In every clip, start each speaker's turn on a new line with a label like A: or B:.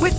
A: With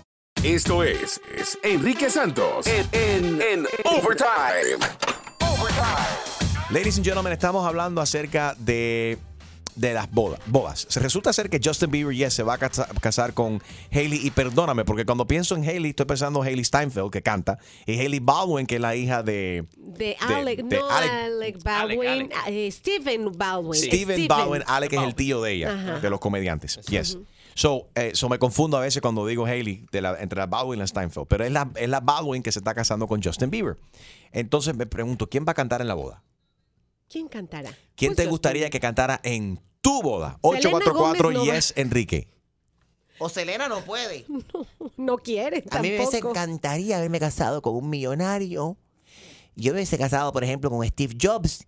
B: Esto es, es Enrique Santos en, en, en Overtime.
C: Ladies and gentlemen, estamos hablando acerca de, de las bodas, bodas. Se Resulta ser que Justin Bieber, yes, se va a casa- casar con Hailey. Y perdóname, porque cuando pienso en Hailey, estoy pensando en Hailey Steinfeld, que canta, y Hailey Baldwin, que es la hija de...
D: De
C: de-
D: Alec,
C: de
D: no
C: Alec-
D: Alec, Baldwin,
C: Alec,
D: eh, Stephen Baldwin.
C: Steven, Bowen, Alec es el tío de ella,
D: Ajá.
C: de los comediantes. Yes. So, eh, so me confundo a veces cuando digo Haley de la- entre la Baldwin y la Steinfeld, pero es la, es la Baldwin que se está casando con Justin Bieber. Entonces me pregunto, ¿quién va a cantar en la boda?
D: ¿Quién cantará?
C: ¿Quién
D: Pues
C: te
D: Justin.
C: gustaría que cantara en tu boda?
D: Selena
C: 844
D: Gómez no va.
C: Yes Enrique.
E: O Selena no puede.
D: No quiere.
E: A mí me hubiese
D: tampoco.
E: encantaría haberme casado con un millonario. Yo me hubiese casado, por ejemplo, con Steve Jobs.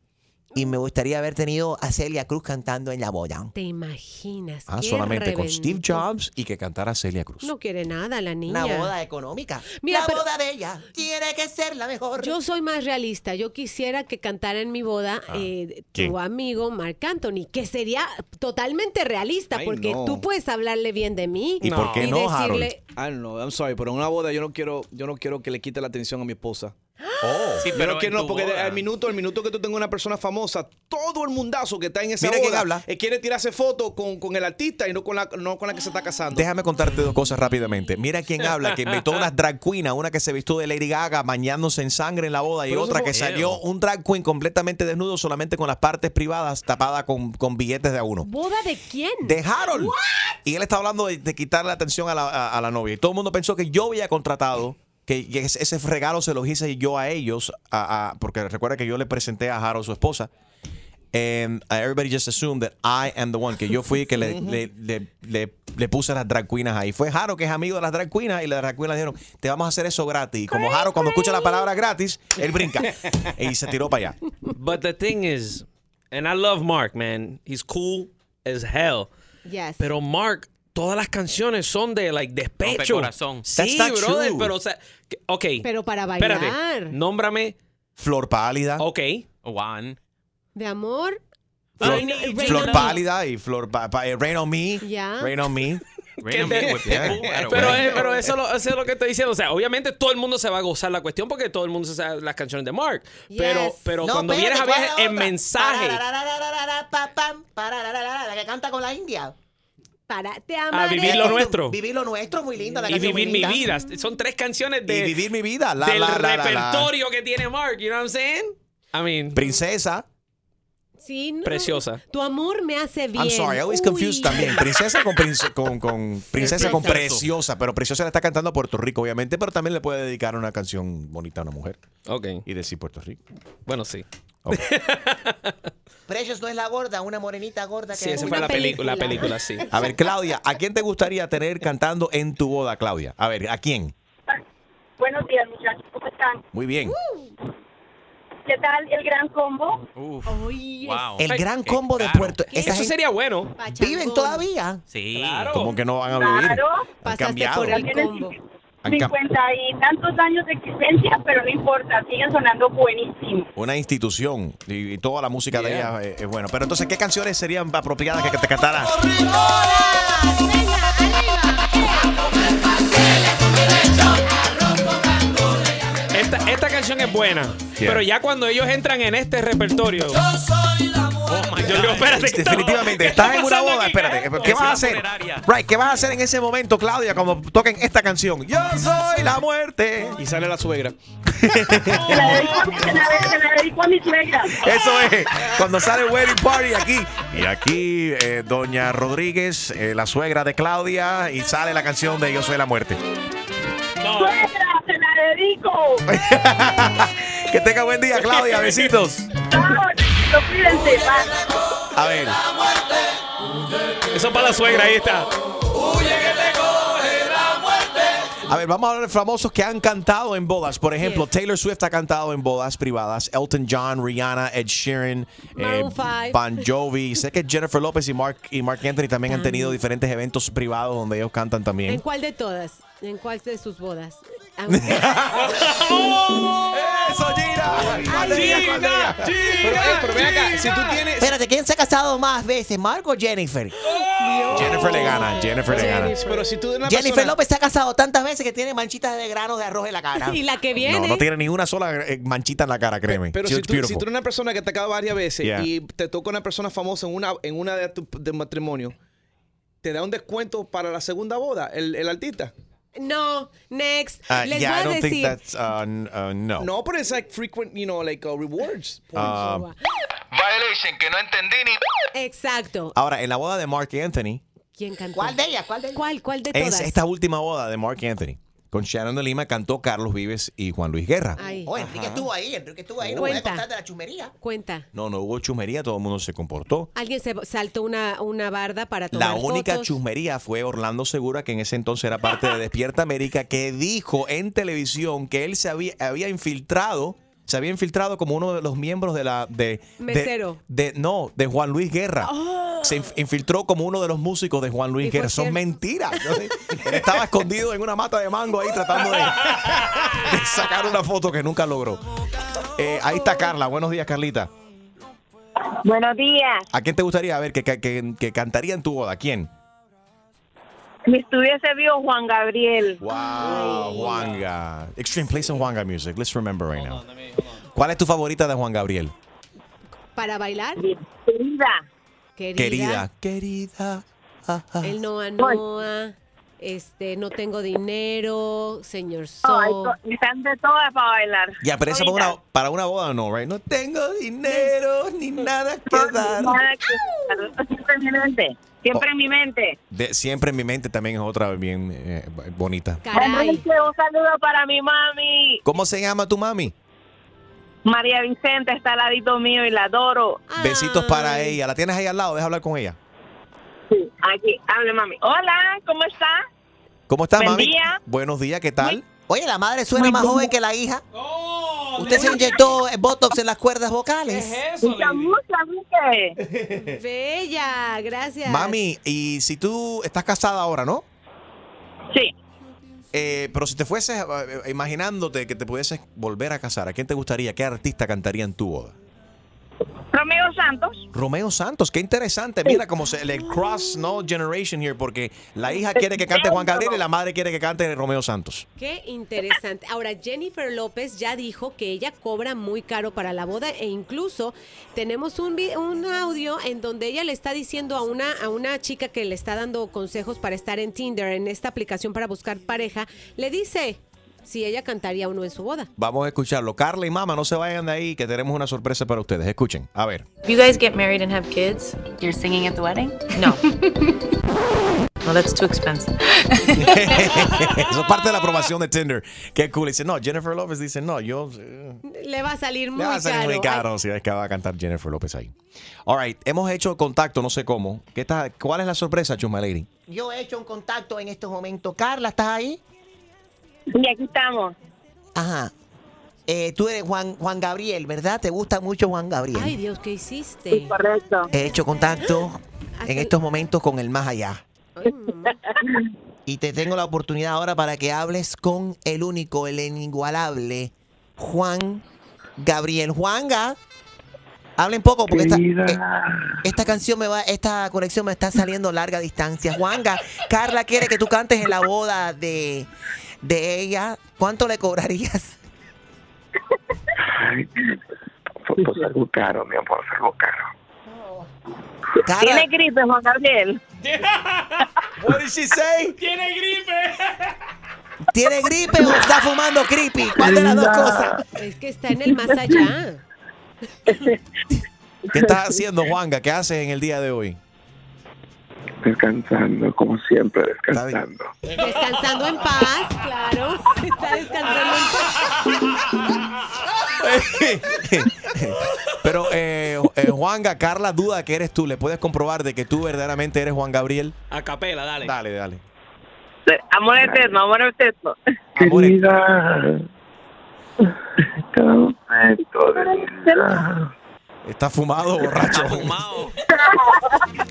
E: Y me gustaría haber tenido a Celia Cruz cantando en la boda.
D: ¿Te imaginas?
C: Ah,
D: qué
C: solamente con Steve
D: reventón?
C: Jobs y que cantara Celia Cruz.
D: No quiere nada la niña.
E: Una boda económica.
D: Mira,
E: la
D: pero-
E: boda de ella tiene que ser la mejor.
D: Yo soy más realista. Yo quisiera que cantara en mi boda eh,
C: Ah, ¿quién?
D: tu amigo Marc Anthony, que sería totalmente realista,
F: Ay,
D: porque
F: no.
D: tú puedes hablarle bien de mí.
C: ¿Y por qué
D: y
C: no, Harold?
D: decirle,
F: I don't know, Ah, I'm sorry, pero en una boda yo no quiero, yo no quiero que le quite la atención a mi esposa.
C: Oh.
G: Sí,
F: Yo no
G: en
F: quiero,
G: tu
F: no, porque de-
G: boda.
F: al minuto, al minuto que tú tengas una persona famosa, todo el mundazo que está en esa
C: Mira
F: boda
C: quién habla.
F: eh, quiere tirarse foto con, con el artista y no con la, no con la que se está casando.
C: Déjame contarte dos cosas rápidamente. Mira quién habla, que invitó unas drag queen, a una que se vistió de Lady Gaga bañándose en sangre en la boda y
F: Pero eso
C: otra
F: no-
C: que salió
G: Ew.
C: un drag queen completamente desnudo, solamente con las partes privadas tapadas con, con billetes de a uno.
D: ¿boda de quién?
C: De Harold. Y él está hablando de, de quitarle la atención a la, a- a la novia. Y todo el mundo pensó que yo había contratado, que, que ese ese regalo se lo hice yo a ellos, a- a- porque recuerda que yo le presenté a Harold su esposa. And everybody just assumed that I am the one, que yo fui que le, le, le- le- le puse las drag queens ahí. Fue Harold que es amigo de las drag queens y las drag queens le dijeron, te vamos a hacer eso gratis. Y como Harold cuando escucha la palabra gratis, él brinca y se tiró para allá.
G: But the thing is, and I love Mark, man. He's cool as hell.
D: Yes.
G: Pero Mark, todas las canciones son de like despecho.
H: Rompecorazón.
G: Sí,
C: That's not
G: brother,
C: true.
G: pero o sea, que- ok.
D: Pero para bailar.
G: espérate. Nómbrame.
C: Flor pálida.
G: Ok.
H: Juan.
D: De amor.
C: Flor,
D: Reina-
G: Flor
D: Reina
C: Flor
D: Mil-
C: pálida y Flor pa- pa- eh, Rain on Me.
D: Ya.
C: Rain on Me.
H: Rain on me with
C: Yeah.
H: Pitbull. I don't
G: Pero,
H: know.
G: eh, pero eso, lo- eso es lo que estoy diciendo. O sea, obviamente todo el mundo se va a gozar la cuestión porque todo el mundo se sabe las canciones de Mark. Pero,
D: Yes.
G: pero
E: No,
G: cuando vienes a
E: espérate,
G: ver
E: ¿cuál es la
G: el
E: otra?
G: mensaje.
E: Parararararara, pa, pam, pararararara, La que canta con la India.
D: Para te amaré.
G: vivir lo nuestro.
E: Vivir lo nuestro, muy linda. La
G: y
E: canción muy
G: vivir mi
E: linda.
G: vida. Son tres canciones de,
C: y vivir mi vida. La,
G: del
C: la, la, la, la.
G: repertorio que tiene Mark. You know what I'm saying? I mean,
C: Princesa.
D: Sí, no.
G: preciosa.
D: Tu amor me hace bien.
C: I'm sorry, I always
D: Uy.
C: confused también. Princesa con, prince- con, con princesa con preciosa. Pero preciosa le está cantando a Puerto Rico, obviamente. Pero también le puede dedicar una canción bonita a una mujer
G: ok.
C: y decir Puerto Rico.
G: Bueno, sí.
E: Precious no es la gorda, una morenita gorda. Que
G: Sí, esa
E: Uy,
G: fue la película,
D: película.
G: la película, sí.
C: A ver, Claudia, ¿a quién te gustaría tener cantando en tu boda, Claudia? A ver, ¿a quién?
I: Buenos días, muchachos. ¿Cómo están?
C: Muy bien.
I: ¿Qué tal el gran combo?
H: Uf.
D: Oye,
G: Ah,
H: Wow.
E: El gran
H: Qué
E: combo de
H: caro.
E: Puerto
G: Eh,
D: ¿Qué?
E: esa
G: Eso
E: gente-
G: sería bueno.
D: pachangón.
E: ¿Viven todavía?
H: Sí.
G: Claro.
C: ¿Cómo que no van a vivir?
I: Claro.
C: Han
D: Pasaste
C: cambiado.
D: por el
I: Tienen
D: combo.
C: Han cam-
I: 50 y tantos años de existencia, pero no importa, siguen sonando buenísimo.
C: Una institución y, y toda la música de ella eh, es, es buena. Pero entonces, ¿qué canciones serían apropiadas que te cantara?
G: Esta, esta canción es buena.
C: Yeah.
G: Pero ya cuando ellos entran en este repertorio. Oh Yo digo, espérate, ¿qué está-
C: Este, Definitivamente,
G: qué está
C: estás en una
G: pasando
C: boda,
G: aquí?
C: espérate.
G: esto?
C: ¿Qué vas ¿eh? a
H: una
C: hacer?
H: funeraria.
C: Right, ¿qué vas a hacer en ese momento, Claudia, cuando toquen esta canción? Yo soy la muerte.
F: Y sale la suegra.
I: Se la dedico a mi- se la, se la dedico a mi suegra.
C: Eso es, cuando sale Wedding Party aquí. Y aquí, eh, Doña Rodríguez, eh, la suegra de Claudia, y sale la canción de Yo soy la muerte.
G: No.
I: ¡Suegra, se la dedico!
C: Que tenga buen día, Claudia, besitos.
I: ¡Chao, chicos, cuídense! Bye.
C: A ver,
G: Eso es para la suegra, ahí está.
C: a A ver, vamos a hablar de famosos que han cantado en bodas. Por ejemplo, Taylor Swift ha cantado en bodas privadas. Elton John, Rihanna, Ed Sheeran, eh,
D: Maroon five.
C: Bon Jovi. sé que Jennifer López y Mark, y Mark Anthony también han tenido diferentes eventos privados donde ellos cantan
D: ¿En
C: también.
D: cuál de todas? ¿En cuál de sus bodas?
C: ¡Eso, Gira!
E: Gina,
F: Pero, eh, pero ven acá, si tú tienes.
E: Espérate, ¿quién se ha casado más veces, Marco o Jennifer?
C: Jennifer le gana, Jennifer le gana.
F: Pero si tú eres una
E: Jennifer
F: persona-
E: López pues se ha casado tantas veces que tiene manchitas de grano de arroz en la cara.
D: y la que
C: No,
D: viene.
C: no tiene ni una sola eh, manchita en la cara, créeme.
F: Pero
C: She
F: si
C: looks
F: tú, si
C: beautiful.
F: tú eres una persona que te acaba varias veces
C: Yeah.
F: y te toca una persona famosa en una, en una de tu de matrimonio, ¿te da un descuento para la segunda boda el, el artista?
D: No, next.
C: Uh,
D: Les
C: yeah, I
D: voy a
C: don't think
D: decir.
C: that's uh, n- uh, no.
F: No, pero es like frequent, you know, like uh, rewards.
C: Ah.
J: Violation, que no entendí ni.
D: Exacto.
C: Ahora, en la boda de Mark Anthony,
D: ¿Quién cantó?
E: ¿Cuál de ellas? ¿Cuál de ellas?
D: ¿Cuál, cuál de
C: es
D: todas?
C: esta última boda de Mark Anthony. Con Sharon de Lima cantó Carlos Vives y Juan Luis Guerra.
D: Ay.
E: Oh, Enrique estuvo ahí, Enrique estuvo ahí. No voy a
D: Cuenta.
E: contar de la chumería.
D: Cuenta.
C: No, no hubo chumería, todo el mundo se comportó.
D: Alguien se saltó una, una barda para tomar
C: La única
D: fotos?
C: chusmería fue Orlando Segura, que en ese entonces era parte de Despierta América, que dijo en televisión que él se había, había infiltrado, se había infiltrado como uno de los miembros de la de de-
D: Mesero. Ah.
C: de, no de Juan Luis Guerra. Se inf- infiltró como uno de los músicos de Juan Luis
D: Y fue
C: Guerra. Son
D: cierto.
C: mentiras. Yo- él Estaba escondido en una mata de mango ahí tratando de, de sacar una foto que nunca logró. Eh, ahí está Carla. Buenos días, Carlita.
I: Buenos días.
C: ¿A quién te gustaría ver que, que- que- que cantaría en tu boda? ¿Quién?
I: Si estuviese vivo Juan Gabriel.
C: Wow, Juanga. Extreme, play some Juanga music. Let's remember right now. ¿Cuál es tu favorita de Juan Gabriel?
D: ¿Para bailar?
I: Querida.
C: Querida.
E: Querida.
D: El Noa Noa. Este, no tengo dinero, señor
I: Ay,
D: Sol.
I: to- están de todas para bailar.
C: Ya, pero esa para una, para una boda o no, right? No tengo dinero ni nada que dar.
I: Nada que- Siempre en mi mente. Siempre en mi mente.
C: De- siempre en mi mente también es otra bien eh, bonita.
I: Enrique, un saludo para mi mami.
C: ¿Cómo se llama tu mami?
I: María Vicente está al ladito mío y la adoro.
C: Besitos para ella. ¿La tienes ahí al lado? Deja hablar con ella.
I: Aquí, hable mami. Hola, ¿cómo está?
C: ¿Cómo estás,
I: Buen
C: mami?
I: día.
C: Buenos días, ¿qué tal?
E: Oye, la madre suena más joven que la hija. Usted se inyectó eh, botox en las cuerdas vocales.
I: Muchas, muchas, muchas.
D: Bella, gracias.
C: Mami, y si tú estás casada ahora, ¿no?
I: Sí.
C: Eh, pero si te fueses, eh, imaginándote que te pudieses volver a casar, ¿a quién te gustaría? ¿Qué artista cantaría en tu boda?
I: Romeo Santos.
C: Romeo Santos, qué interesante. Mira cómo se le cross no generation here, porque la hija quiere que cante Juan Gabriel y la madre quiere que cante Romeo Santos.
D: Qué interesante. Ahora, Jennifer López ya dijo que ella cobra muy caro para la boda e incluso tenemos un, vi- un audio en donde ella le está diciendo a una, a una chica que le está dando consejos para estar en Tinder, en esta aplicación para buscar pareja, le dice si ella cantaría uno en su boda.
C: Vamos a escucharlo. Carla y mamá, no se vayan de ahí, que tenemos una sorpresa para ustedes. Escuchen, a ver.
K: You guys get married and have kids? You're singing at the wedding? No. well, that's too expensive.
C: Eso es parte de la aprobación de Tinder. Qué cool. Dice, no, Jennifer López dice, no, yo... eh,
D: Le va a salir muy
C: Le va a salir
D: caro.
C: muy caro si es que va a cantar Jennifer López ahí. All right, hemos hecho contacto, no sé cómo. ¿Qué está, ¿Cuál es la sorpresa, Chusma Lady?
E: Yo he hecho un contacto en estos momentos. Carla, ¿estás ahí?
I: Y aquí estamos.
E: Ajá. Eh, tú eres Juan, Juan Gabriel, ¿verdad? ¿Te gusta mucho Juan Gabriel?
D: Ay, Dios, ¿qué hiciste?
I: Correcto.
E: He hecho contacto
D: Hasta
E: en
D: el-
E: estos momentos con el más allá.
D: Ay, mamá.
E: Y te tengo la oportunidad ahora para que hables con el único, el inigualable, Juan Gabriel. Juanga, hablen poco porque esta, eh, esta canción me va, esta conexión me está saliendo larga distancia. Juanga, Carla quiere que tú cantes en la boda de, de ella. ¿Cuánto le cobrarías?
J: Fue pues algo caro, mi amor, fue algo caro.
E: Carla,
I: Tiene gripe, Juan Gabriel.
C: What did she say?
G: ¡Tiene gripe!
E: ¿tiene gripe o está fumando creepy? ¿Cuál de las dos cosas?
D: es que está en el más allá.
C: ¿Qué estás haciendo, Juanga? ¿Qué haces en el día de hoy?
J: Descansando, como siempre,
C: Está bien.
J: descansando.
D: Descansando en paz, claro. Está descansando en paz.
C: Pero, eh, eh, Juanga, Carla duda que eres tú. ¿Le puedes comprobar de que tú verdaderamente eres Juan Gabriel?
G: A capela, dale.
C: Dale, dale.
L: Amor eterno, amor eterno.
M: Querida. Cada momento de mi vida.
C: Está fumado, borracho.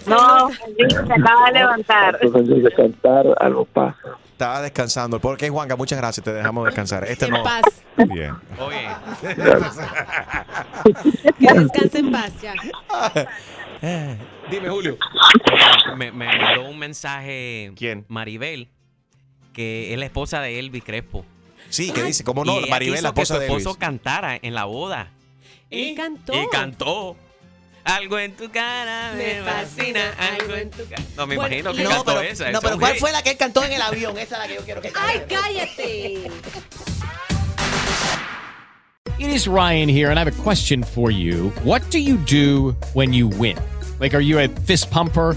L: No, se acaba de levantar.
M: Entonces, de cantar a los pasos.
C: Estaba descansando. Porque Juanca, muchas gracias. Te dejamos descansar. Este no.
N: paz.
C: Bien.
D: Oye.
N: Que descanse en paz, ya.
O: Dime, Julio.
D: Eh, Me, me mandó un mensaje.
C: ¿Quién?
D: Maribel, que es la esposa de Elvis Crespo.
C: Sí, que dice, ¿cómo no?
D: Y ella
C: Maribel,
D: quiso
C: la esposa
D: que
C: de
D: su
C: Elvis.
D: esposo cantara en la boda.
N: Y cantó.
D: Y cantó. Algo en tu cara me
N: Me
D: fascina,
N: fascina,
D: algo en tu cara. No, me
N: Bueno,
D: imagino que
N: le-
D: cantó
E: pero,
D: esa.
E: no,
D: esa
E: pero ¿cuál
D: mujer.
E: fue la que él cantó en el avión? Esa es la que yo quiero que cante.
N: ¡Ay, cállate!
P: It is Ryan here, and I have a question for you. What do you do when you win? Like, are you a fist pumper?